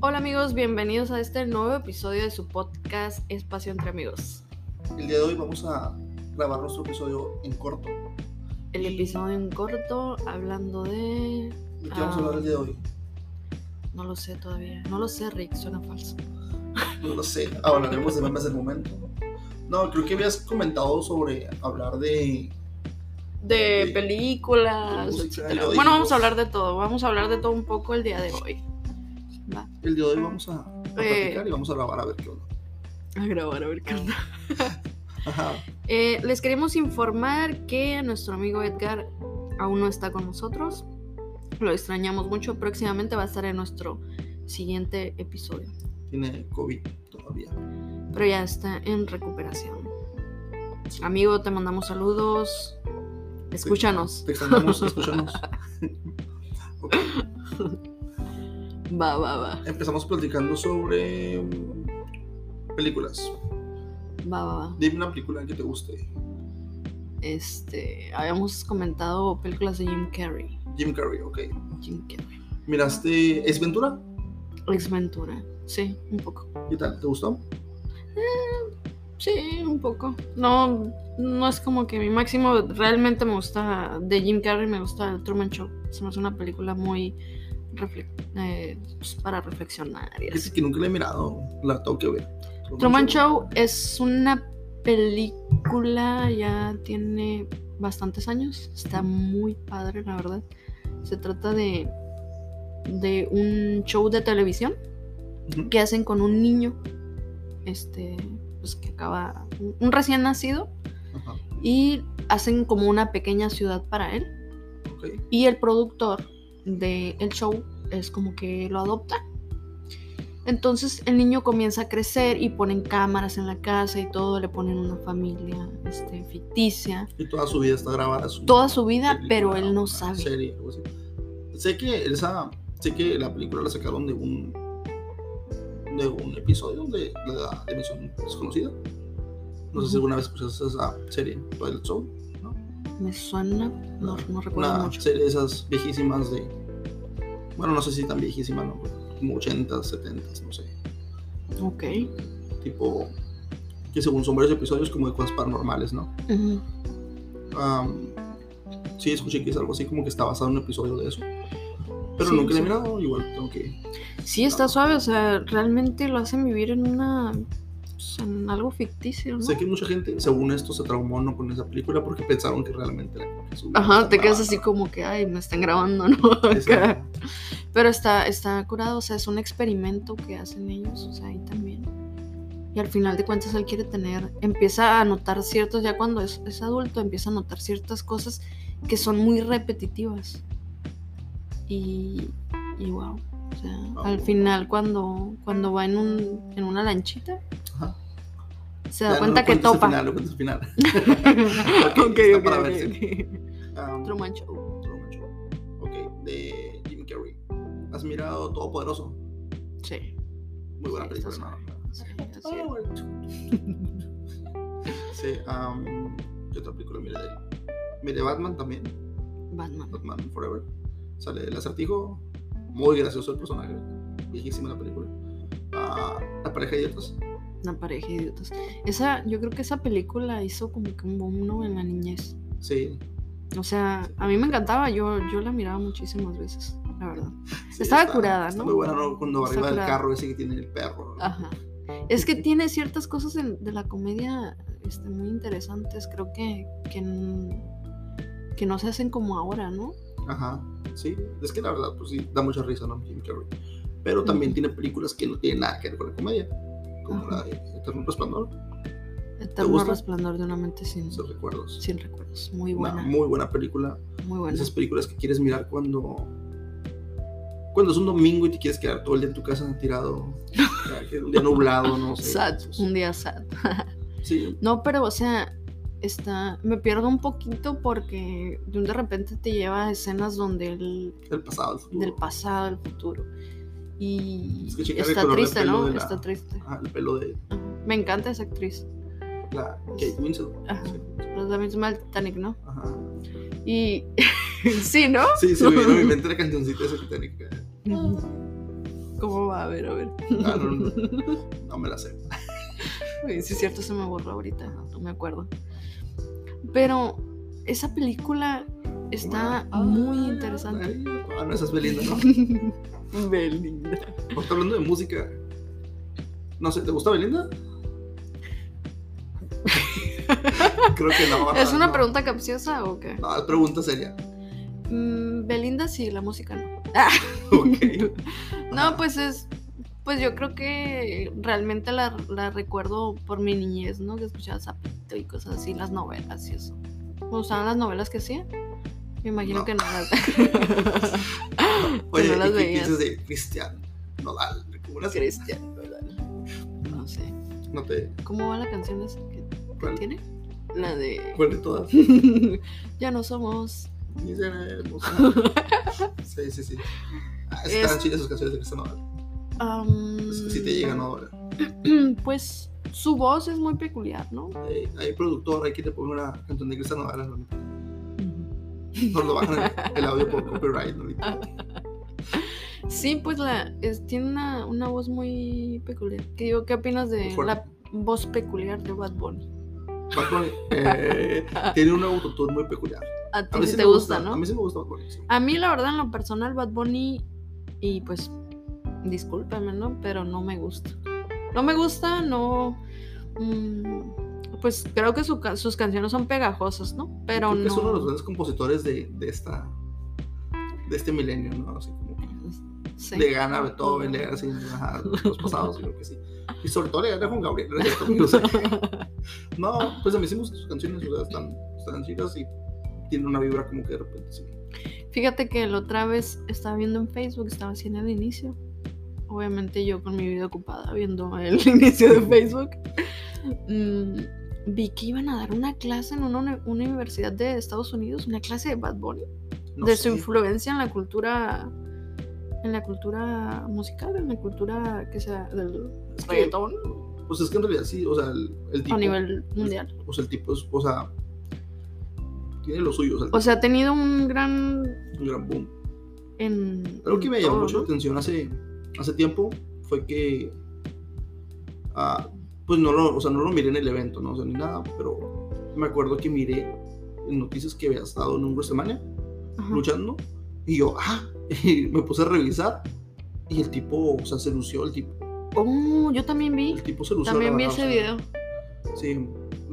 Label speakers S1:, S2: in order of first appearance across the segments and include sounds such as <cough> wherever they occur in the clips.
S1: Hola amigos, bienvenidos a este nuevo episodio de su podcast Espacio entre Amigos.
S2: El día de hoy vamos a grabar nuestro episodio en corto.
S1: El
S2: Y-
S1: episodio en corto hablando de...
S2: ¿De qué vamos a hablar el día de hoy?
S1: No lo sé todavía. No lo sé, Rick, suena falso.
S2: No lo sé, Ah, hablaremos de memes del momento. No, creo que habías comentado sobre hablar de...
S1: De
S2: Sí.
S1: películas,
S2: Música,
S1: etcétera.
S2: lo
S1: Bueno, vamos
S2: dijimos.
S1: a hablar de todo. Vamos a hablar de todo un poco el día de hoy. Va,
S2: El día de hoy vamos a, a
S1: Eh.
S2: platicar y vamos a grabar a ver qué onda.
S1: a grabar, a ver qué onda.
S2: Ajá.
S1: Eh, les queremos informar que nuestro amigo Edgar aún no está con nosotros. Lo extrañamos mucho. Próximamente va a estar en nuestro siguiente episodio.
S2: Tiene COVID todavía.
S1: Pero ya está en recuperación. Amigo, te mandamos saludos. Escúchanos.
S2: Te extrañamos, escúchanos. Ok,
S1: Va, va, va.
S2: Empezamos platicando sobre mm, películas.
S1: Va, va, va.
S2: Dime una película que te guste.
S1: Este, habíamos comentado películas de Jim Carrey.
S2: Jim Carrey, ok.
S1: Jim Carrey.
S2: ¿Miraste Es Ventura?
S1: Ex Ventura. Sí, un poco.
S2: ¿Qué tal? ¿Te gustó?
S1: Sí, un poco. No, no es como que mi máximo realmente me gusta de Jim Carrey, me gusta el Truman Show. Se me hace una película muy refle- eh, pues, para reflexionar y
S2: Fíjate
S1: así.
S2: que nunca la he mirado. La tengo que ver.
S1: Truman Show es una película, ya tiene bastantes años. Está muy padre, la verdad. Se trata de, de un show de televisión
S2: Ujú.
S1: que hacen con un niño. Este, pues que acaba. un- Un recién nacido.
S2: Ajá,
S1: y hacen como una pequeña ciudad para él.
S2: ok.
S1: Y el productor del show es como que lo adopta. Entonces el niño comienza a crecer y ponen cámaras en la casa y todo, le ponen una familia este, ficticia.
S2: Y toda su vida está grabada. Su
S1: Toda su vida,
S2: película,
S1: pero él no
S2: una
S1: sabe.
S2: Serie, algo así. Sé que esa, sé que la película la sacaron de un de un episodio de la dimensión desconocida. No sé si
S1: Ujú.
S2: alguna vez escuchaste esa serie, Twilight Zone.
S1: Me suena, no, no recuerdo
S2: Una
S1: mucho.
S2: serie de esas viejísimas de. Bueno, no sé si tan viejísima, ¿no? Como 80, 70, no sé.
S1: Ok.
S2: Tipo. Que según son varios episodios, como de cosas paranormales, ¿no?
S1: Ujú.
S2: Am, sí, escuché que es algo así como que está basado en un episodio de eso. Pero
S1: Sí,
S2: nunca le
S1: sí.
S2: he mirado, igual tengo que.
S1: Sí, está suave, o sea, realmente lo hacen vivir en una. pues, en algo ficticio, ¿no?
S2: Sé que mucha gente, según esto, se traumó no con esa película porque pensaron que realmente era como que su vida
S1: Ajá,
S2: estaba
S1: te quedas
S2: grabada.
S1: así como que, ay, me están grabando, ¿no?
S2: <laughs>
S1: Acá.
S2: Esa-
S1: Pero está, está curado, o sea, es un experimento que hacen ellos, o sea, ahí también. Y al final de cuentas él quiere tener, empieza a notar ciertos, ya cuando es, es adulto, empieza a notar ciertas cosas que son muy repetitivas. Y, y wow, o sea,
S2: Wow.
S1: al final cuando, cuando va en, un, en una lanchita,
S2: Ajá.
S1: se
S2: Ya,
S1: da
S2: no
S1: cuenta
S2: lo
S1: que
S2: cuentes al
S1: topa. <laughs>
S2: final, lo cuentes al final.
S1: ok,
S2: Ok, está
S1: ok,
S2: para
S1: ok,
S2: verse.
S1: ok.
S2: Am,
S1: Truman Show.
S2: Truman Show. Ok, de Jim Carrey. ¿Has mirado Todopoderoso?
S1: Sí.
S2: Muy buena
S1: Sí,
S2: película,
S1: está
S2: ¿no?
S1: sí, así es.
S2: Sí, am, ¿qué otra película miré de él? Miré Batman también.
S1: Batman.
S2: Batman Forever. Sale el acertijo. Muy gracioso el personaje. Viejísima la película. Ah, la pareja de idiotas.
S1: Una pareja de idiotas. Esa, yo creo que esa película hizo como que un boom ¿no? en la niñez.
S2: Sí.
S1: O sea, a mí me encantaba, yo, yo la miraba muchísimas veces, la verdad.
S2: sí,
S1: Estaba
S2: está-
S1: curada,
S2: está
S1: ¿no?
S2: muy buena, ¿no? Cuando
S1: Está
S2: arriba del
S1: curada. Ah.
S2: carro ese que tiene el perro.
S1: Ajá. Es que tiene ciertas cosas de, de la comedia este, muy interesantes, creo que, que, n- que no se hacen como ahora, ¿no?
S2: Ajá. Sí. Es que la verdad, pues sí, da mucha risa, ¿no? Jim Carrey. Pero también
S1: Ujú.
S2: tiene películas que no tienen nada que ver con la comedia. Como
S1: Ajá.
S2: la de Eterno Resplandor.
S1: Eterno
S2: gusta?
S1: resplandor de una mente sin,
S2: Esos recuerdos.
S1: sin recuerdos. Muy
S2: Una
S1: buena,
S2: muy buena película.
S1: muy buena.
S2: Esas películas que quieres mirar cuando. Cuando es un domingo y te quieres quedar todo el día en tu casa
S1: <laughs>
S2: tirado, ya que es un día nublado, no sé.
S1: Sad,
S2: esos-
S1: un día sad.
S2: Sí,
S1: No, pero o sea, está, me pierdo un poquito porque de un de repente te lleva a escenas donde el
S2: el pasado, el futuro.
S1: del pasado, el futuro. Y
S2: Es que checar el
S1: está
S2: color de
S1: triste,
S2: pelo
S1: ¿no?
S2: de la-
S1: Está triste.
S2: Ajá, el pelo de
S1: Ajá. Me encanta esa actriz.
S2: la Kate Winslet.
S1: Ajá.
S2: Sí,
S1: Es la misma del Titanic, ¿no?
S2: ajá.
S1: Y <laughs> sí, ¿no?
S2: sí, se me vino a mi mente la cancioncita esa que tiene que-
S1: ¿Cómo va? A ver, a ver.
S2: Ah, no, no, no me la sé.
S1: <laughs> Uy, sí, es cierto, se me borró ahorita, no me acuerdo. Pero esa película está
S2: Ah,
S1: muy interesante. <laughs>
S2: Ah, no, esa es Belinda, ¿no?
S1: Belinda.
S2: Porque hablando de música. No sé, ¿te
S1: <laughs>
S2: gusta Belinda? Creo que no.
S1: ¿Es
S2: no,
S1: una
S2: no.
S1: pregunta capciosa o qué?
S2: No, es pregunta seria.
S1: Mm, Belinda sí, la música no.
S2: <laughs> Ok.
S1: <laughs> No, pues es. Pues yo creo que realmente la, la recuerdo por mi niñez, ¿no? Que escuchaba Zapito y cosas así, las novelas y eso. ¿Me gustaban las novelas que hacía? Me imagino
S2: No.
S1: que no las.
S2: <laughs> Oye,
S1: que no las
S2: ¿y ¿qué
S1: veías.
S2: piensas de Cristian Nodal? ¿Cómo las-
S1: <laughs> Cristian, ¿verdad? No sé.
S2: No te.
S1: ¿Cómo va la canción esa que, que
S2: ¿Cuál?
S1: tiene? La de.
S2: ¿Cuál de todas?
S1: <laughs> ya no somos.
S2: Ni se me gusta.
S1: <laughs>
S2: Sí, sí, sí. Ah,
S1: Es-
S2: están chidas sus canciones de Cristian Nodal.
S1: am,
S2: Es que sí te
S1: Mm.
S2: llegan ahora.
S1: <clears throat> Pues su voz es muy peculiar, ¿no?
S2: Hay, hay productor, hay que te pone una canción de Cristian Nodal. la neta. No lo bajan el audio por copyright. ¿no?
S1: Sí, pues la es- tiene una, una voz muy peculiar. ¿Qué, digo, ¿Qué opinas de
S2: Fuerte.
S1: la voz peculiar de Bad Bunny?
S2: Bad Bunny, eh, tiene un autotune muy peculiar.
S1: A ti
S2: A mí
S1: sí
S2: sí
S1: te
S2: me
S1: gusta,
S2: gusta,
S1: ¿no?
S2: A mí sí me gusta Bad Bunny. sí.
S1: la verdad, en lo personal, Bad Bunny, y pues, discúlpame, ¿no? Pero no me gusta. No me gusta, no. mm, pues creo que su ca- sus canciones son pegajosas, ¿no? Pero
S2: Creo que
S1: no.
S2: Es uno de los grandes compositores de, de esta. De este milenio, ¿no? Así como que
S1: Sí.
S2: le gana a Beethoven, le gana así,
S1: <laughs>
S2: ajá, los pasados, creo que sí. Y sobre todo le gana a Juan Gabriel, ¿no? es cierto?
S1: <laughs>
S2: No sé. No, pues a mí sí me gustan sus canciones, o sea, están, están chidas y tienen una vibra como que de repente sí.
S1: Fíjate que la otra vez estaba viendo en Facebook, estaba haciendo el inicio. Obviamente yo con mi vida ocupada viendo <laughs> el inicio de Facebook. Mm, vi que iban a dar una clase en una uni- una universidad de Estados Unidos, una clase de Bad Bunny,
S2: No
S1: de su
S2: sé,
S1: influencia en la cultura en la cultura musical, en la cultura que sea del
S2: es que,
S1: reggaetón
S2: Pues es que en realidad sí, o sea, el, el tipo.
S1: a nivel mundial.
S2: O sea, el tipo es, o sea, tiene lo suyo, o sea, el
S1: O sea, ha tenido un gran
S2: tipo es un gran boom.
S1: en
S2: Algo
S1: en
S2: que me llamó
S1: todo,
S2: mucho la
S1: ¿no?
S2: atención hace, hace tiempo fue que, ah, pues no lo, o sea, no lo miré en el evento, no sé ni nada, pero me acuerdo que miré en noticias que había estado en un WrestleMania
S1: Ajá.
S2: luchando y yo, ah, <laughs> y me puse a revisar y el tipo, o sea, se lució, el tipo,
S1: Oh, yo también vi.
S2: el tipo se lució. la
S1: También vi
S2: verdad,
S1: ese
S2: o sea,
S1: video.
S2: Sí,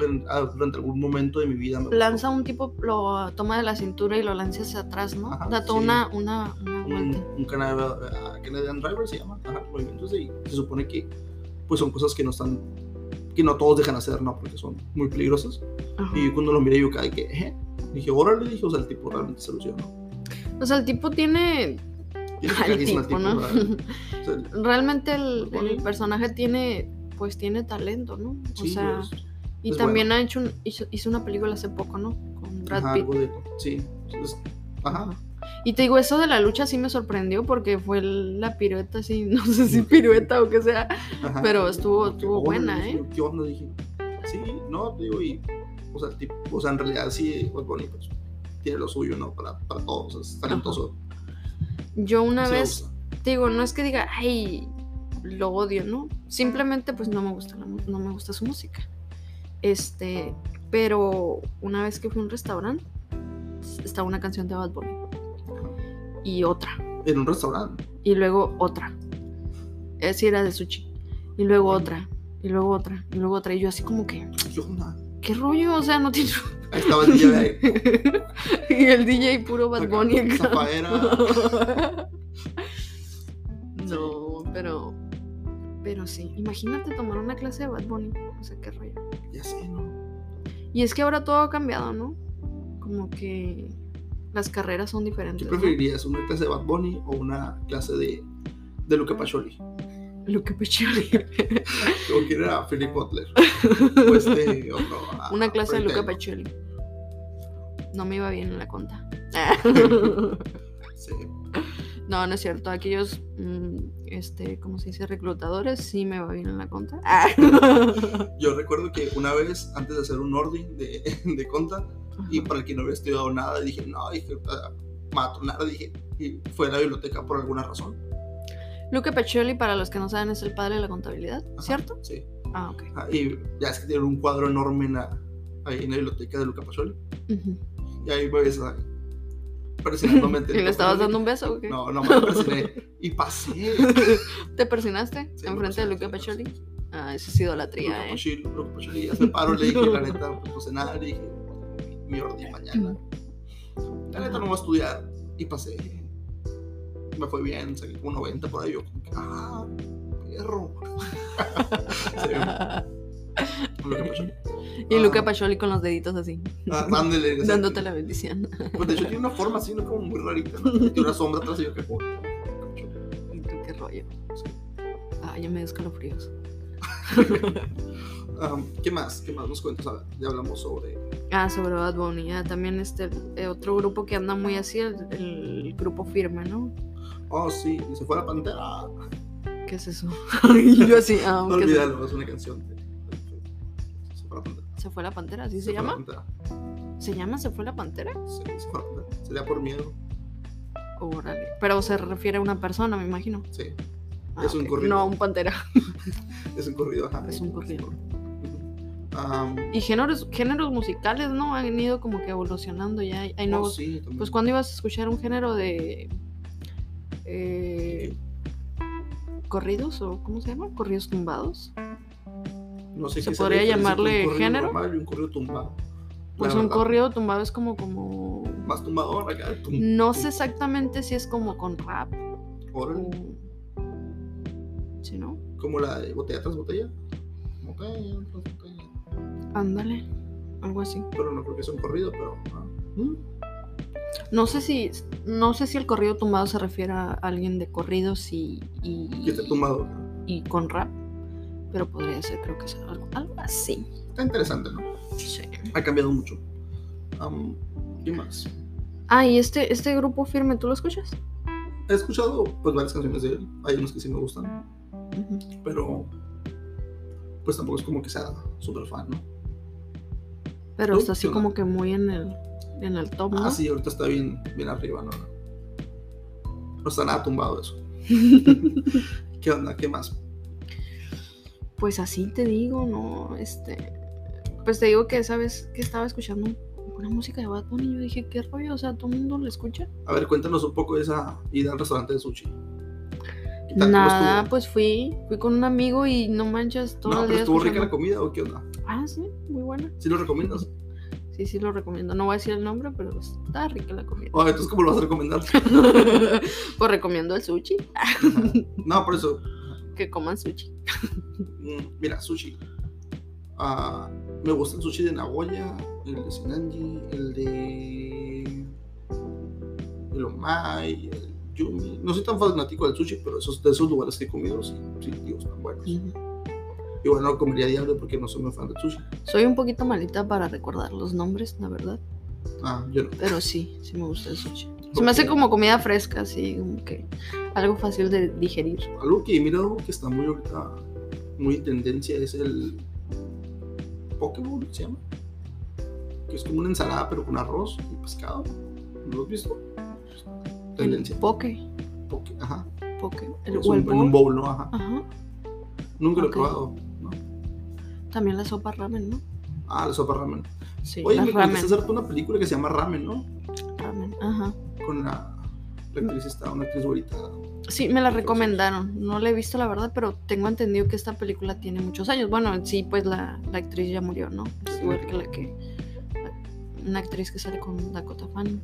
S2: en- ah, durante algún momento de mi vida me
S1: Lanza un tipo, lo toma de la cintura y lo lanza hacia atrás, ¿no?
S2: Ajá,
S1: da toda
S2: sí. Mm,
S1: una, una, una
S2: un,
S1: vuelta.
S2: un canal ah, Canadian Driver se llama, ajá, movimientos y se supone que pues son cosas que no están que no todos dejan hacer, no, porque son muy peligrosas.
S1: Ajá.
S2: Y yo cuando lo miré yo caí que "Eh". dije, órale, dije, o sea, el tipo realmente se lució,
S1: <laughs>
S2: ¿no?
S1: O sea, el tipo tiene.
S2: Tiene
S1: Al
S2: carisma el
S1: tipo,
S2: tipo,
S1: ¿no?
S2: ¿verdad? O sea,
S1: <laughs>
S2: el-
S1: Realmente el,
S2: Bad Bunny.
S1: el personaje tiene. Pues tiene talento, ¿no?
S2: sí,
S1: o sea,
S2: es-
S1: y
S2: es
S1: también ha hecho un- hizo, hizo una película hace poco, ¿no? Con Brad
S2: ajá,
S1: Pitt.
S2: algo de- sí, es- ajá.
S1: Y te digo, eso de la lucha sí me sorprendió porque fue el- la pirueta, sí, <laughs> no sé
S2: Mm.
S1: si pirueta o qué sea.
S2: Ajá.
S1: Pero estuvo-
S2: Qué
S1: estuvo
S2: onda,
S1: buena, ¿eh?
S2: dije, ¿Qué onda? Dije, sí, no, te digo, y, o sea, el tipo, o sea, en realidad sí, Bad Bunny, pues, tiene lo suyo, ¿no? Para, para todos, o sea, es talentoso.
S1: Yo una
S2: sí me
S1: vez
S2: gusta.
S1: te digo, no es que diga, ay, lo odio, ¿no? Simplemente pues no me gusta, la mu- no me gusta su música. Este, pero una vez que fui a un restaurante, s- estaba una canción de Bad Bunny y otra,
S2: En un restaurante.
S1: y luego otra. Es era de sushi. Y luego otra, y luego otra, y luego otra. Y yo así como que,
S2: ¿Qué onda?
S1: ¿qué rollo? O sea, no tiene...
S2: Ahí estaba el DJ ahí.
S1: y el DJ puro <laughs> Bad
S2: acá,
S1: Bunny. acá.
S2: zapadera.
S1: <laughs> No, pero. Pero sí. Imagínate tomar una clase de Bad Bunny. O sea, qué rollo.
S2: Ya sé, ¿no?
S1: Y es que ahora todo ha cambiado, ¿no? Como que las carreras son diferentes.
S2: ¿Qué
S1: ¿no?
S2: preferirías? ¿Una clase de Bad Bunny o una clase de, de Luca Pacioli?
S1: Lo que pechole.
S2: O quién era Philip Butler. O este otro. ah,
S1: <laughs> una clase de
S2: Frank
S1: Luca
S2: Taylor.
S1: Pacioli. No me iba bien en la
S2: <laughs>
S1: conta.
S2: Sí.
S1: no, no es cierto. Aquellos, mm, este, ¿cómo se dice? Reclutadores, sí me va bien en la conta.
S2: Yo recuerdo que una vez, antes de hacer un orden de, <laughs> de conta, y para el que no había estudiado nada, dije, no, dije, ah, mato nada, dije, y fue a la biblioteca por alguna razón.
S1: Luca Pacioli, para los que no saben, es el padre de la contabilidad,
S2: Ajá,
S1: ¿cierto?
S2: Sí.
S1: Ah, ok.
S2: Ah, y ya es que tienen un cuadro enorme en la, ahí en la biblioteca de Luca Pacioli.
S1: Ujú.
S2: Y ahí ves a-
S1: <laughs>
S2: presionándome.
S1: ¿Y le estabas dando un beso o qué?
S2: No, no,
S1: <laughs>
S2: me presioné. Y pasé.
S1: ¿Te persinaste
S2: Sí, me
S1: enfrente de
S2: presioné,
S1: Luca
S2: sí, me
S1: Pacioli?
S2: presioné.
S1: Ah, eso es idolatría,
S2: Luca
S1: ¿eh?
S2: Pacioli, Luca Pacioli, ya se paró, le dije, la neta, pues no sé nada, le dije, mi orden mañana. La neta no voy a estudiar. Y pasé. Me fue bien, saqué como 90 por ahí. Yo, como que, ah, perro. <laughs> Sí,
S1: <laughs>
S2: Luca Pacioli.
S1: y Luca
S2: Ah.
S1: Pacioli con los deditos así,
S2: Ah, ándale, exacto.
S1: dándote la bendición.
S2: Pues de hecho tiene una forma así, ¿no? Como muy rarita, ¿no? Tiene una sombra atrás y yo que "Oh, como...
S1: ¿Y tú qué rollo? Ah, ya me dio escalofríos.
S2: Am, ¿Qué más? ¿Qué más nos cuentas? Ah, ya hablamos sobre...
S1: Ah, sobre Bad Bunny. ah, también este eh, otro grupo que anda muy así, el, el grupo firme, ¿no?
S2: Oh, sí, y se fue la pantera.
S1: ¿Qué es eso? <laughs> y yo así, ah,
S2: No
S1: ¿qué es eso?
S2: olvídalo, es una canción. de- de- Se fue la pantera.
S1: ¿Se fue la pantera? ¿Así se,
S2: fue la
S1: llama?
S2: Pantera.
S1: ¿Se llama ¿Se fue la pantera?
S2: Sí, se fue la pantera. Sería por miedo,
S1: Órale. Pero se refiere a una persona, me imagino.
S2: sí.
S1: Ah,
S2: Es un
S1: ok.
S2: corrido.
S1: No, un pantera. <laughs>
S2: Es un corrido, ajá.
S1: Es un corrido.
S2: Ujú. Am,
S1: Y géneros, géneros musicales, ¿no? Han ido como que evolucionando ya. Hay, hay
S2: oh,
S1: nuevos.
S2: sí, también.
S1: Pues cuando ibas a escuchar un género de. eh, ¿Corridos o cómo se llama? ¿Corridos tumbados?
S2: no sé
S1: se
S2: qué
S1: podría
S2: sería,
S1: llamarle
S2: un corrido
S1: género.
S2: normal y un corrido tumbado. La
S1: Pues un
S2: verdad,
S1: corrido tumbado es como como.
S2: Más tumbador acá. tum,
S1: No
S2: tum.
S1: sé exactamente si es como con rap
S2: Órale.
S1: o. ¿Sí, no?
S2: Como la de botella tras botella. Botella tras botella.
S1: Ándale. Algo así.
S2: Pero no creo que sea un corrido, pero. ah, mm,
S1: No sé si. No sé si el corrido tumbado se refiere a alguien de corridos y. y
S2: Que esté tumbado.
S1: y con rap. Pero podría ser, creo que es algo, algo así.
S2: Está interesante, ¿no?
S1: Sí.
S2: Ha cambiado mucho. Am, ¿Qué más?
S1: Ah, y este, este grupo firme, ¿tú lo escuchas?
S2: He escuchado pues varias canciones de él. Hay unos que sí me gustan, pero. Pues tampoco es como que sea súper fan, ¿no?
S1: Pero
S2: ¿Tú?
S1: está así
S2: ¿Tú no?
S1: como que muy en el, en el top, ¿no?
S2: Ah, sí, ahorita está bien, bien arriba, ¿no? No está nada
S1: <laughs>
S2: tumbado eso. ¿Qué onda? ¿Qué más?
S1: Pues así te digo, ¿no? Este. Pues te digo que esa vez que estaba escuchando una música de Bad Bunny, yo dije, ¿qué rollo? O sea, ¿todo el mundo lo escucha?
S2: A ver, cuéntanos un poco de esa ida al restaurante de sushi. ¿Qué tal? ¿Cómo
S1: Nada,
S2: estuvo?
S1: pues fui, fui con un amigo y no manches todo
S2: No,
S1: el
S2: pero
S1: día.
S2: ¿Estuvo rica la
S1: escuchando-
S2: comida o qué onda?
S1: Ah, sí, muy buena.
S2: ¿Sí lo recomiendas?
S1: Sí, sí, lo recomiendo. No voy a decir el nombre, pero está rica la
S2: <laughs>
S1: comida. <laughs>
S2: Oye, Oh, entonces, ¿cómo lo vas a recomendar? <laughs>
S1: pues recomiendo el sushi,
S2: No, por eso,
S1: que coman sushi.
S2: mm, mira, sushi. Ah, me gusta el sushi de Nagoya, el de Sinanji, el de. El Omai, el Yumi. No soy tan fanático del sushi, pero esos, de esos lugares que he comido, sí, sí digo, están buenos. Y bueno, no comería diablo porque no soy muy fan del sushi.
S1: Soy un poquito malita para recordar los nombres, la verdad.
S2: Ah, yo no.
S1: Pero sí, sí me gusta el sushi. Se me hace como comida fresca, así, como que algo fácil de digerir.
S2: Algo que he mirado que está muy ahorita, muy en tendencia, es el. Pokéball, se llama. Que es como una ensalada, pero con arroz y pescado. ¿Lo has visto? Tendencia.
S1: El poke,
S2: Poké, ajá.
S1: poke. El,
S2: Es
S1: o
S2: un-
S1: el
S2: en un
S1: bowl.
S2: bowl, ¿no? Ajá.
S1: Ajá.
S2: Nunca lo he
S1: Ok.
S2: probado. ¿no?
S1: También la sopa ramen, ¿no?
S2: Ah, la sopa ramen.
S1: Sí,
S2: Oye,
S1: la
S2: me
S1: ramen.
S2: comentaste hacerte una película que se llama Ramen, ¿no?
S1: ramen, Ajá.
S2: Con la, la actriz está, una actriz bonita.
S1: Sí, me la recomendaron. No la he visto, la verdad, pero tengo entendido que esta película tiene muchos años. Bueno, sí, pues la, la actriz ya murió, ¿no? Es
S2: Sí.
S1: igual que la que. Una actriz que sale con Dakota Fanning.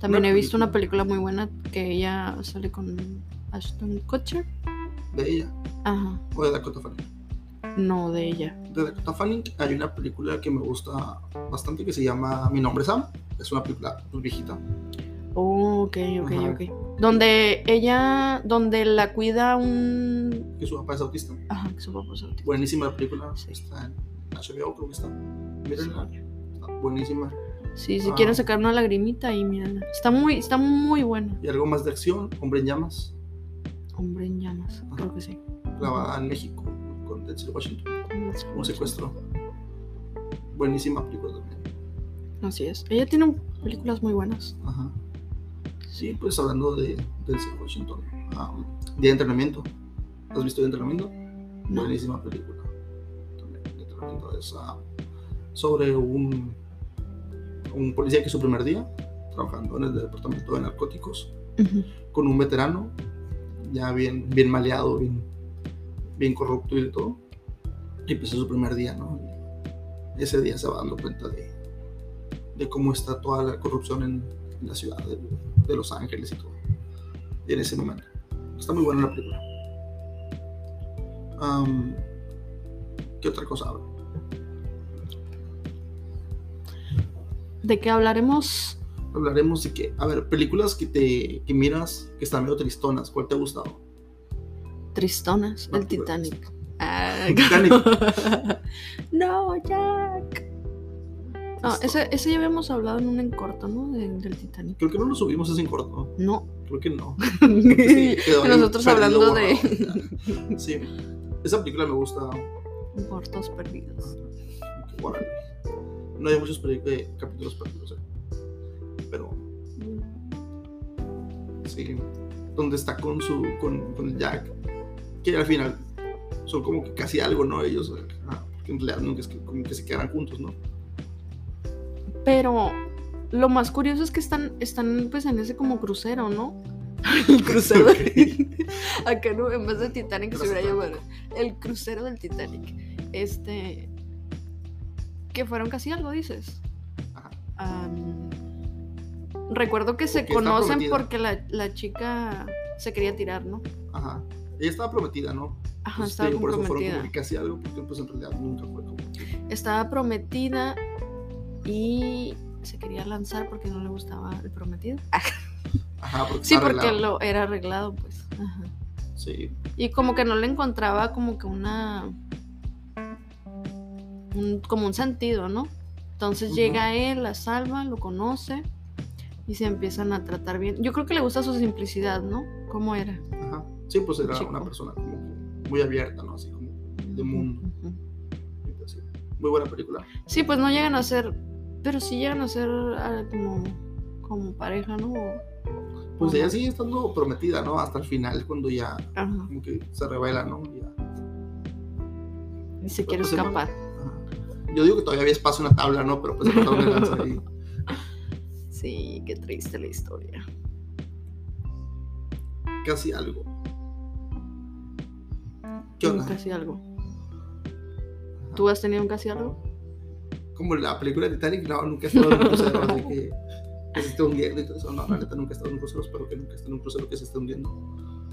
S1: También
S2: Una
S1: he visto una
S2: película.
S1: película muy buena que ella sale con Ashton Kutcher.
S2: De ella.
S1: Ajá,
S2: O de Dakota Fanning.
S1: no de ella.
S2: De Dakota Fanning hay una película que me gusta bastante que se llama Mi nombre es Sam. Es una película pues, viejita.
S1: Oh, ok, ok,
S2: Ajá.
S1: ok. Donde ella. Donde la cuida un.
S2: Que su papá es autista.
S1: Ajá, que su papá es autista.
S2: Buenísima la película.
S1: Sí.
S2: Está en HBO, creo que está. Mírenla. Está buenísima.
S1: Sí, si
S2: Ah.
S1: quieren sacar una lagrimita ahí, mírala. Está muy, está muy buena.
S2: Y algo más de acción. Hombre en llamas.
S1: Hombre en llamas,
S2: Ajá.
S1: creo que sí.
S2: Grabada en México con Denzel Washington. Un
S1: Así
S2: secuestro. Buenísima película también.
S1: es. Ella tiene un- películas muy buenas.
S2: Ajá. Sí, pues hablando de Denzel Washington. ah, Día de Entrenamiento. ¿Has visto Día de Entrenamiento?
S1: No.
S2: Buenísima película. También, Día de Entrenamiento es ah, sobre un, un policía que es su primer día trabajando en el departamento de narcóticos
S1: Ujú.
S2: con un veterano ya bien, bien maleado, bien, bien corrupto y de todo. Y pues es su primer día, ¿no? Ese día se va dando cuenta de, de cómo está toda la corrupción en, en la ciudad de, de Los Ángeles y todo. Y en ese momento. Está muy buena la película. Am, ¿Qué otra cosa habla?
S1: ¿De qué hablaremos?
S2: Hablaremos de que, a ver, películas que te que miras que están medio tristonas, ¿cuál te ha gustado?
S1: Tristonas,
S2: No,
S1: el
S2: pues.
S1: Titanic. Ah,
S2: Titanic.
S1: <laughs> no, Jack. No, ese, ese ya habíamos hablado en un en corto, ¿no? De- del Titanic.
S2: Creo que no lo subimos ese en corto.
S1: No.
S2: Creo que no. <laughs> Sí, quedó ahí
S1: Nosotros
S2: perdido,
S1: hablando de
S2: borrado. <laughs> Sí, esa película me gusta.
S1: cortos perdidos.
S2: Órale. No hay muchos peli- eh, capítulos perdidos, eh. pero sí, donde está con su con, con el Jack, que al final son como que casi algo, ¿no? Ellos, eh, ah, porque en realidad nunca es que, como que se quedaran juntos, ¿no?
S1: Pero lo más curioso es que están, están pues en ese como crucero,
S2: <laughs>
S1: ¿no? El crucero. del- <laughs> Acá no, en vez de Titanic se hubiera llamado el crucero del Titanic. Este. Que fueron casi algo, dices.
S2: Ajá.
S1: Am, recuerdo que se
S2: Porque está
S1: conocen
S2: prometida.
S1: porque la, la chica se quería tirar, ¿no?
S2: Ajá. Ella estaba prometida, ¿no?
S1: Ajá,
S2: Entonces, te
S1: estaba
S2: digo, Pues por eso fueron como
S1: comprometida.
S2: que casi algo, porque pues en realidad nunca fue como que-
S1: Estaba prometida y se quería lanzar porque no le gustaba el prometido.
S2: Ajá, porque
S1: Sí,
S2: está
S1: porque
S2: arreglado.
S1: lo era arreglado, pues. Ajá.
S2: Sí,
S1: Y como que no le encontraba como que una. un- como un sentido, ¿no? Entonces
S2: Ujú.
S1: llega él, la salva, lo conoce y se empiezan a tratar bien. Yo creo que le gusta su simplicidad, ¿no? ¿Cómo era?
S2: Ajá. Sí, pues era
S1: Chico.
S2: una persona como que muy abierta, ¿no? Así como De mundo.
S1: Ujú.
S2: así. muy buena película.
S1: Sí, pues no llegan a ser. Pero sí llegan a ser ah, como, como pareja, ¿no? O-
S2: Pues
S1: Ajá.
S2: ella sigue estando prometida, ¿no? Hasta el final, cuando ya
S1: Ajá.
S2: como que se revela, ¿no? Ya.
S1: Y se
S2: Pero
S1: quiere
S2: pues el man-
S1: escapar.
S2: Ajá. Yo digo que todavía había espacio en la tabla, ¿no? Pero pues se pasaron
S1: <laughs>
S2: de lanza ahí.
S1: Sí, qué triste la historia.
S2: casi algo. ¿Qué
S1: Un
S2: onda?
S1: casi algo.
S2: Ajá.
S1: ¿Tú has tenido un casi algo?
S2: Como la película de Titanic, no, nunca he estado en un crucero, así
S1: <laughs>
S2: que que se esté hundiendo y todo eso. No, la neta nunca he estado en un crucero, espero que nunca esté en un crucero que se esté hundiendo.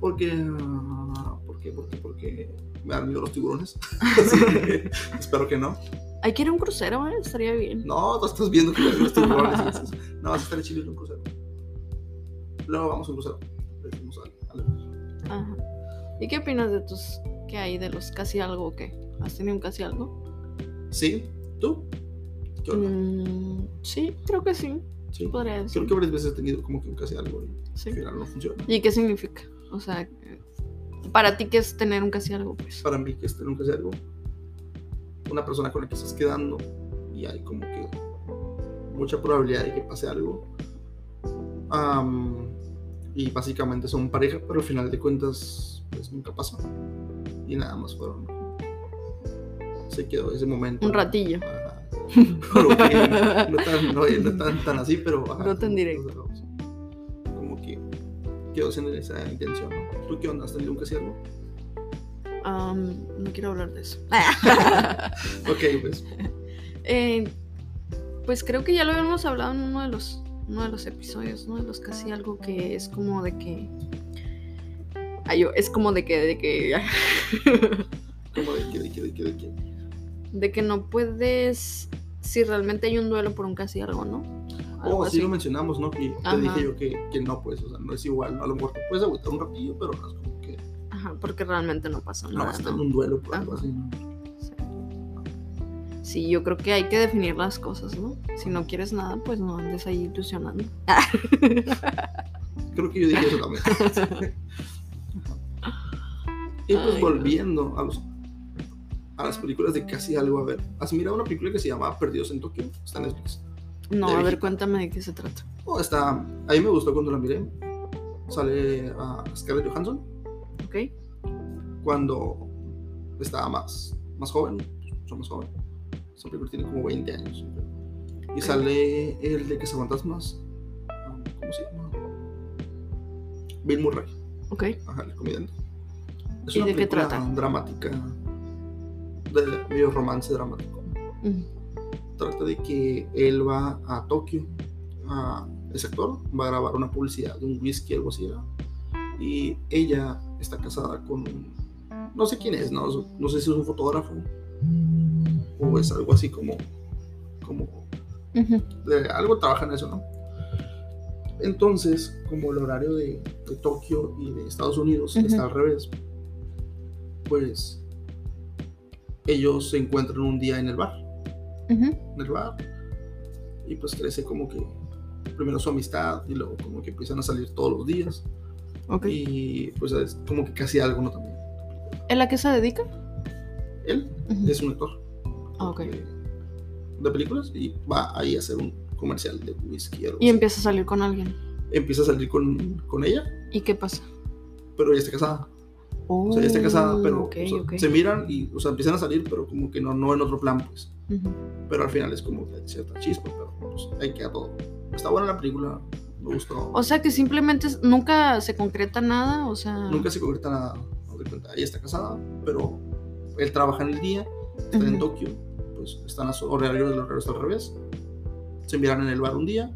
S2: Porque, ah, porque, porque, porque me han miedo los tiburones. <laughs> Así que espero que no.
S1: Hay que ir a un crucero, ¿eh? Estaría bien.
S2: No, tú estás viendo que me dan los tiburones. y dices, no, vas a estar chido en un crucero. Luego vamos a un crucero. Le decimos al- al-
S1: Ajá. ¿Y qué opinas de tus. que hay de los casi algo o qué? ¿Has tenido un casi algo?
S2: ¿Sí? ¿Tú? ¿Qué onda?
S1: Mm, sí, creo que sí.
S2: Sí.
S1: Podría decir.
S2: Creo que varias veces he tenido como que casi algo y
S1: sí.
S2: al final no funciona.
S1: ¿Y qué significa? O sea, para ti, ¿qué es tener un casi algo? Pues.
S2: para mí que este nunca es algo una persona con la que estás quedando y hay como que mucha probabilidad de que pase algo Am, y básicamente son pareja pero al final de cuentas pues nunca pasó y nada más fueron se quedó ese momento
S1: Un
S2: <laughs>
S1: ratillo.
S2: Ajá. Pero que no tan, no, eh, no tan, tan así pero ajá,
S1: No tan directo.
S2: como que quedó siendo esa intención ¿no? ¿tú qué onda? ¿has tenido un casi algo?
S1: Am, no quiero hablar de eso. <laughs>
S2: ok pues
S1: Eh, pues creo que ya lo habíamos hablado en uno de los, uno de los episodios, ¿no? De los casi algo que es como de que. Ay, yo, es como de que, de que. <laughs>
S2: como de que de que de que de que
S1: De que no puedes. Si realmente hay un duelo por un casi algo, ¿no? Algo
S2: Oh, sí
S1: así.
S2: lo mencionamos, ¿no? Y te
S1: Ajá.
S2: dije yo que, que no, pues, o sea, no es igual, ¿no? A lo mejor te puedes agüitar un ratillo, pero no es como que
S1: Ajá, porque realmente no pasa
S2: no vas
S1: nada.
S2: a estar en
S1: ¿no?
S2: un duelo por algo
S1: Ajá.
S2: así, ¿no?
S1: Sí, yo creo que hay que definir las cosas, ¿no? Si no quieres nada, pues no andes ahí
S2: <laughs>
S1: ilusionando.
S2: Creo que yo dije eso también. y pues
S1: Ay, no.
S2: volviendo a los a las películas de casi algo, a ver, ¿has mirado una película que se llama Perdidos en Tokio? Está en Netflix.
S1: No,
S2: Ya
S1: a
S2: dije.
S1: ver, cuéntame de qué se trata.
S2: Oh, está, a mí me gustó cuando la miré. sale a Scarlett Johansson
S1: ¿ok?
S2: cuando estaba más, más joven, mucho más joven. Esa película tiene como 20 años. Y sale el de Cazafantasmas. um, ¿Cómo se llama? Bill Murray,
S1: ¿Ok?
S2: ajá, el comediante. Es
S1: ¿Y
S2: una
S1: de qué
S2: película
S1: trata?
S2: dramática, de medio romance dramático.
S1: Mm,
S2: Trata de que él va a Tokio, a ese actor, va a grabar una publicidad de un whisky, algo así. ¿no? Y ella está casada con un- No sé quién es, no, no sé si es un fotógrafo o es algo así como, como
S1: ujú,
S2: de- algo trabajan en eso, ¿no? Entonces, como el horario de, de Tokio y de Estados Unidos
S1: Ujú.
S2: está al revés, pues ellos se encuentran un día en el bar,
S1: ujú,
S2: en el bar, y pues crece como que primero su amistad y luego como que empiezan a salir todos los días
S1: ¿Ok?
S2: y pues es como que casi algo, ¿no? También.
S1: ¿En la que se dedica?
S2: Él
S1: Ujú.
S2: es un actor
S1: Ah, ok.
S2: de, de películas y va ahí a hacer un comercial de whisky. algo
S1: Y
S2: así.
S1: empieza a salir con alguien.
S2: empieza a salir con, con ella,
S1: ¿Y qué pasa?
S2: pero ella está casada. O sea, ella está casada,
S1: Oh,
S2: pero
S1: ok,
S2: o sea,
S1: ok.
S2: se miran y o sea, empiezan a salir, pero como que no, no en otro plan, pues.
S1: Ujú.
S2: Pero al final es como que hay cierta chispa, pero pues, ahí queda todo. Está buena la película, me gustó.
S1: O sea que simplemente es- nunca se concreta nada, o sea...
S2: Nunca se concreta nada. haz de cuenta, Ella está casada, pero él trabaja en el día, está en
S1: Ujú.
S2: Tokio, pues están a su horario, el horario está al revés. Se miran en el bar un día,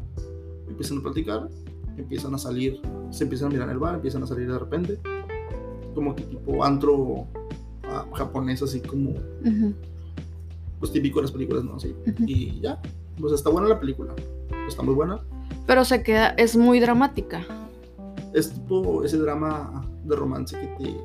S2: empiezan a platicar, empiezan a salir, se empiezan a mirar en el bar, empiezan a salir de repente, como que tipo antro ah, japonés, así como
S1: Ujú,
S2: pues típico de las películas, ¿no? Así.
S1: ujú.
S2: Y ya, pues está buena la película, está muy buena.
S1: Pero se queda, es muy dramática.
S2: Es tipo ese drama de romance que, te-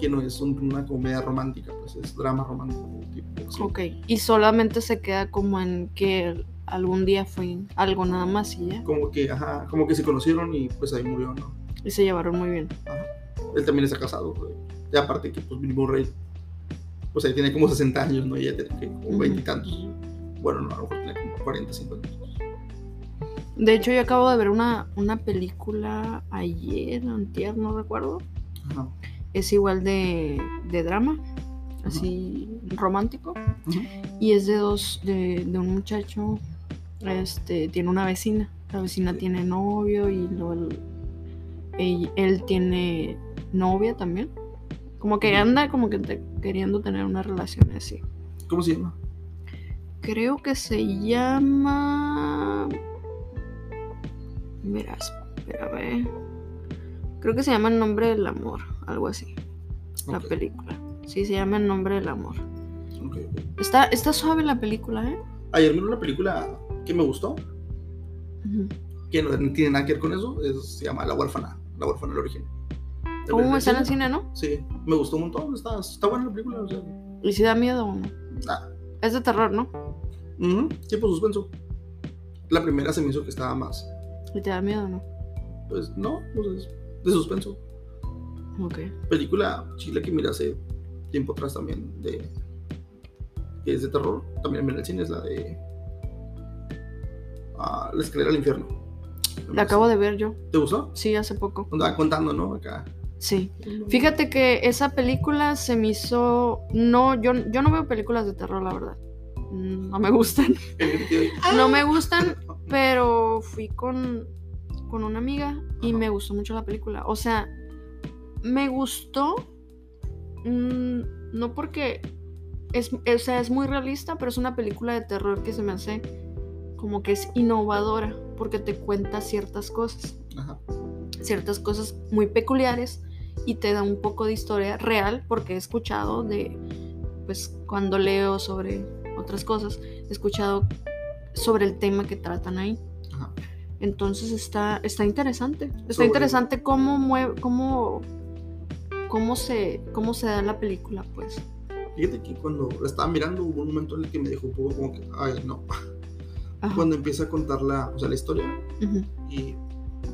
S2: que no es un- una comedia romántica, pues es drama romántico. Tipo, sí.
S1: Ok. Y solamente se queda como en que algún día fue algo nada más y ya.
S2: Como que, ajá, como que se conocieron y pues ahí murió, ¿no?
S1: Y se llevaron muy bien.
S2: él también está casado. güey. Y aparte que pues Bill Murray, pues ahí tiene como 60 años, ¿no? Y ella tiene que como
S1: Ujú.
S2: 20 y tantos. Bueno, no, a lo mejor tiene como 40, 50 años.
S1: De hecho, yo acabo de ver una, una película ayer, antier, no recuerdo.
S2: Ajá.
S1: Es igual de, de drama, así romántico.
S2: Ujú.
S1: Y es de dos, de, de un muchacho, este, tiene una vecina. La vecina
S2: Sí.
S1: tiene novio y luego él, él- él tiene novia también. Como que
S2: Ujú.
S1: anda como que te- queriendo tener una relación así.
S2: ¿Cómo se llama?
S1: Creo que se llama. Verás, espérame. Creo que se llama El nombre del amor, algo así. La
S2: Ok,
S1: película. Sí, se llama El nombre del amor.
S2: ok, ok.
S1: Está, está suave la película, ¿eh?
S2: Ayer miré una película que me gustó,
S1: Ujú.
S2: que no tiene nada que ver con eso, es- se llama La huérfana, La huérfana del origen. ¿De
S1: ¿Cómo
S2: verdad,
S1: está en el
S2: sí?
S1: cine, Oh, no?
S2: Sí, me gustó un montón, está, está buena la película, o sea,
S1: ¿Y si da miedo o no?
S2: nada.
S1: Es de terror, ¿no?
S2: Ujú, Tiempo suspenso. La primera se me hizo que estaba más,
S1: ¿Y te da miedo o no?
S2: pues no, pues es de suspenso.
S1: Ok.
S2: película chila que miré hace tiempo atrás también de que es de terror también en el cine es la de ah, la escalera al infierno Pues
S1: La acabo de ver yo.
S2: te gustó
S1: Sí, hace poco.
S2: andaba contando no acá
S1: Sí. Fíjate que esa película se me hizo. No, yo, yo no veo películas de terror, la verdad. No me gustan. No me gustan, pero fui con, con una amiga y
S2: Ajá.
S1: me gustó mucho la película. O sea, me gustó. mm, no porque. Es, o sea, es muy realista, pero es una película de terror que se me hace como que es innovadora, porque te cuenta ciertas cosas,
S2: Ajá.
S1: ciertas cosas muy peculiares y te da un poco de historia real, porque he escuchado de, pues cuando leo sobre otras cosas, he escuchado sobre el tema que tratan ahí.
S2: Ajá.
S1: Entonces está, está interesante. Está
S2: Sobre-
S1: interesante cómo mueve, cómo, cómo se, cómo se da la película, pues.
S2: fíjate que cuando la estaba mirando hubo un momento en el que me dejó un poco como que ay no
S1: Ajá.
S2: cuando empieza a contar la o sea la historia
S1: Ujú.
S2: Y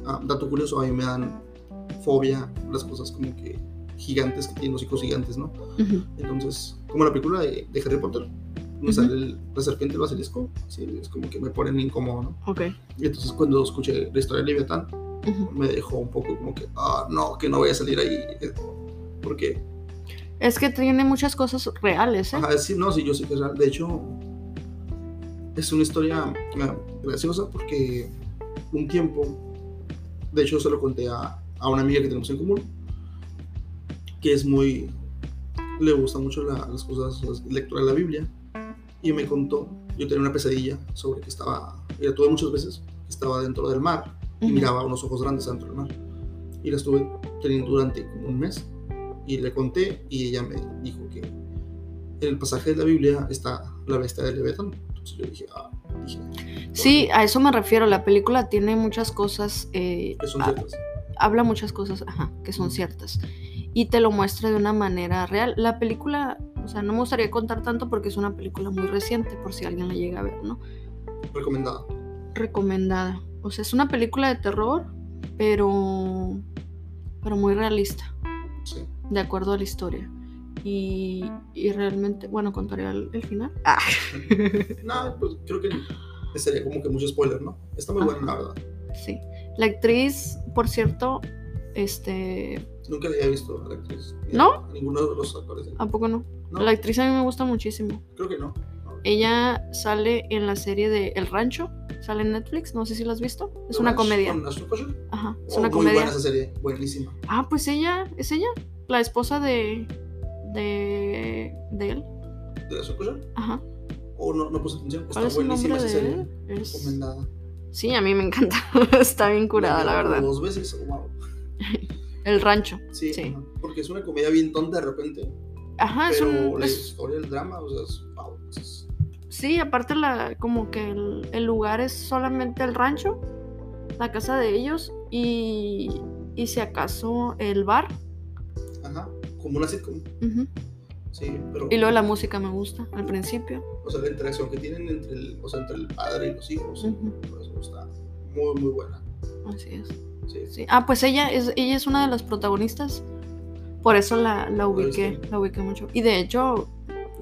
S2: ah, dato curioso, a mí me dan fobia las cosas como que gigantes que tienen los hijos gigantes, ¿no?
S1: Ujú.
S2: Entonces, como la película de, de Harry Potter, me
S1: Ujú.
S2: sale el- la serpiente del basilisco, sí, es como que me ponen incómodo, ¿no?
S1: Ok.
S2: Y entonces cuando escuché la historia de Leviatán,
S1: Ujú.
S2: me dejó un poco como que, ah, no, que no voy a salir ahí. eh, Porque,
S1: Es que tiene muchas cosas reales, ¿eh?
S2: ajá, sí, no, sí, yo sé que es real. De hecho, es una historia eh, graciosa porque un tiempo, de hecho, se lo conté a, a una amiga que tenemos en común, que es muy, le gusta mucho la- las cosas, la lectura de la Biblia, y me contó, yo tenía una pesadilla sobre que estaba, y la tuve muchas veces, que estaba dentro del mar. y
S1: Ujú.
S2: miraba unos ojos grandes dentro del mar. Y la estuve teniendo durante como un mes. Y le conté y ella me dijo que en el pasaje de la Biblia está la bestia de Leviatán. Entonces yo dije, ah, dije,
S1: Sí, a eso me refiero. La película tiene muchas cosas, eh,
S2: que son
S1: ha-
S2: ciertas.
S1: habla muchas cosas ajá, que son ciertas y te lo muestra de una manera real. La película, o sea, no me gustaría contar tanto porque es una película muy reciente, por si alguien la llega a ver, ¿no?
S2: Recomendada.
S1: Recomendada. O sea, es una película de terror, pero, pero muy realista.
S2: Sí.
S1: de acuerdo a la historia. Y, y realmente, bueno, contaré el, el final. Ah, <laughs>
S2: Nada, pues creo que sería como que mucho spoiler, ¿no? Está muy buena, la verdad.
S1: sí. La actriz, por cierto, este,
S2: Nunca la había visto a la actriz. ni a-
S1: ¿No?
S2: a ninguno de los actores.
S1: ¿a poco no?
S2: No,
S1: La actriz a mí me gusta muchísimo.
S2: creo que no.
S1: Ella sale en la serie de El Rancho, sale en Netflix, no sé si la has visto. Es
S2: ¿No
S1: una
S2: ves?
S1: comedia.
S2: ¿Con la Stop Motion?
S1: Ajá, es
S2: Oh,
S1: una
S2: muy buena
S1: comedia.
S2: esa serie, buenísima.
S1: Ah, pues ella, es ella, la esposa de, de, de él.
S2: ¿De la Stop Motion?
S1: Ajá.
S2: Oh, no, no puse atención.
S1: ¿Cuál
S2: Está
S1: es el nombre
S2: buenísima esa
S1: de
S2: serie.
S1: él? Es-
S2: Recomendada.
S1: Sí, a mí me encanta. <laughs> Está bien curada, la
S2: vi como
S1: verdad.
S2: Dos veces, oh, wow.
S1: El Rancho.
S2: Sí,
S1: Sí.
S2: ajá, porque es una comedia bien tonta de repente.
S1: Ajá, es
S2: pero
S1: un,
S2: la
S1: es-
S2: historia, el drama, o sea, es, wow, es-
S1: Sí, aparte la, como que el, el lugar es solamente el rancho, la casa de ellos y, y si acaso el bar.
S2: ajá, como una sitcom.
S1: Ujú.
S2: Sí, pero.
S1: Y luego la música me gusta al principio.
S2: O sea, la interacción que tienen entre el, o sea, entre el padre y los hijos.
S1: Ujú,
S2: por eso está muy, muy buena.
S1: Así es.
S2: Sí.
S1: Sí. Ah, pues ella es, ella es una de las protagonistas. Por eso la, la ubiqué,
S2: viste.
S1: la ubiqué mucho. Y de hecho,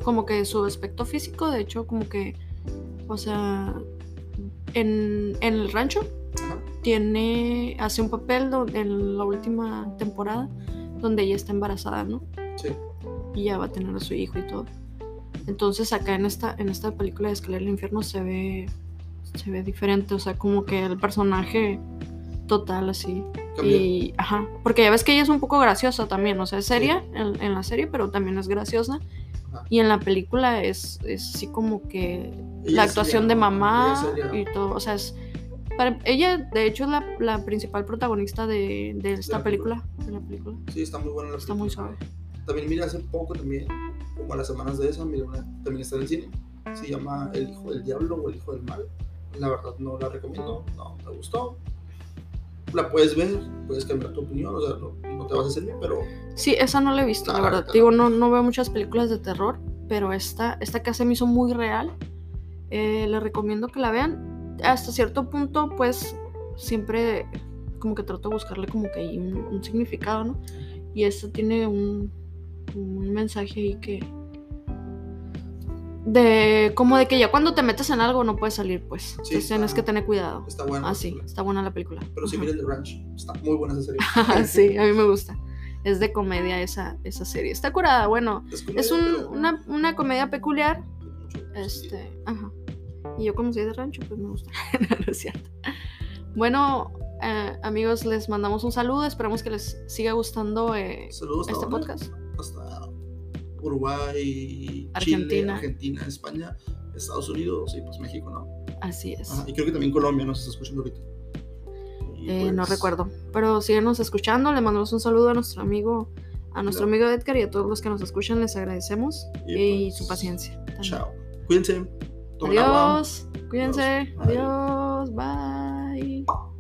S1: como que su aspecto físico, de hecho, como que, o sea, en, en el rancho
S2: Ajá.
S1: tiene hace un papel do- en la última temporada donde ella está embarazada, ¿no?
S2: Sí.
S1: Y ya va a tener a su hijo y todo. Entonces acá en esta en esta película de Escalera del Infierno se ve se ve diferente, o sea, como que el personaje total así
S2: Cambia.
S1: y ajá, porque ya ves que ella es un poco graciosa también, o sea, es seria en, en la serie, pero también es graciosa.
S2: Ajá.
S1: Y en la película es, es así como que
S2: Ella
S1: la
S2: es
S1: actuación de
S2: seria, ¿no?
S1: mamá
S2: Ella es seria.
S1: y todo. O sea, es. para- ella, de hecho, es la, la principal protagonista de, de esta
S2: la película.
S1: película. De la película.
S2: Sí, está muy buena la
S1: Está muy
S2: película.
S1: suave.
S2: También mira hace poco también, como a las semanas de esa, mira una, también está en el cine. Se llama El Hijo del Diablo o El Hijo del Mal. La verdad no la recomiendo, no me gustó. La puedes ver, puedes cambiar tu opinión, o sea, no, no te vas a servir, pero
S1: Sí, esa no la he visto,
S2: No,
S1: la
S2: la
S1: verdad.
S2: neta.
S1: Digo, no, no veo muchas películas de terror, pero esta, esta que hace me hizo muy real. Eh, les recomiendo que la vean. Hasta cierto punto, pues, siempre como que trato de buscarle como que ahí un, un significado, ¿no? Y esta tiene un, un mensaje ahí que... De como de que ya cuando te metes en algo no puedes salir, pues. Entonces
S2: está-
S1: tienes que tener cuidado.
S2: está buena. la
S1: Ah, sí,
S2: película.
S1: está buena la película.
S2: Pero sí,
S1: Ajá. Ah,
S2: miren The Ranch, está muy buena esa
S1: <laughs>
S2: serie. <laughs>
S1: sí, a mí me gusta. Es de comedia esa, esa serie. Está curada, bueno.
S2: Es, comedia,
S1: Es un-
S2: pero-
S1: una, una comedia peculiar.
S2: tiene mucho sentido.
S1: Este, ajá. Y yo como soy de rancho, pues me gusta. <laughs> no, no es cierto. Bueno, eh, amigos, les mandamos un saludo. Esperamos que les siga gustando eh,
S2: Saludos a
S1: este
S2: todos.
S1: podcast.
S2: hasta Uruguay, Chile,
S1: Argentina.
S2: Argentina, España, Estados Unidos y pues México, ¿no?
S1: Así es.
S2: Ajá, y creo que también Colombia nos está escuchando ahorita. Ah, Y,
S1: Eh, no
S2: pues,
S1: recuerdo. Pero síguenos escuchando. Le mandamos un saludo a nuestro amigo, a nuestro
S2: Claro.
S1: amigo Edgar y a todos los que nos escuchan. Les agradecemos
S2: Y,
S1: y,
S2: pues,
S1: su paciencia. también.
S2: Chao. Cuídense. Tomen agua.
S1: Adiós. Cuídense.
S2: Adiós.
S1: Adiós. Bye.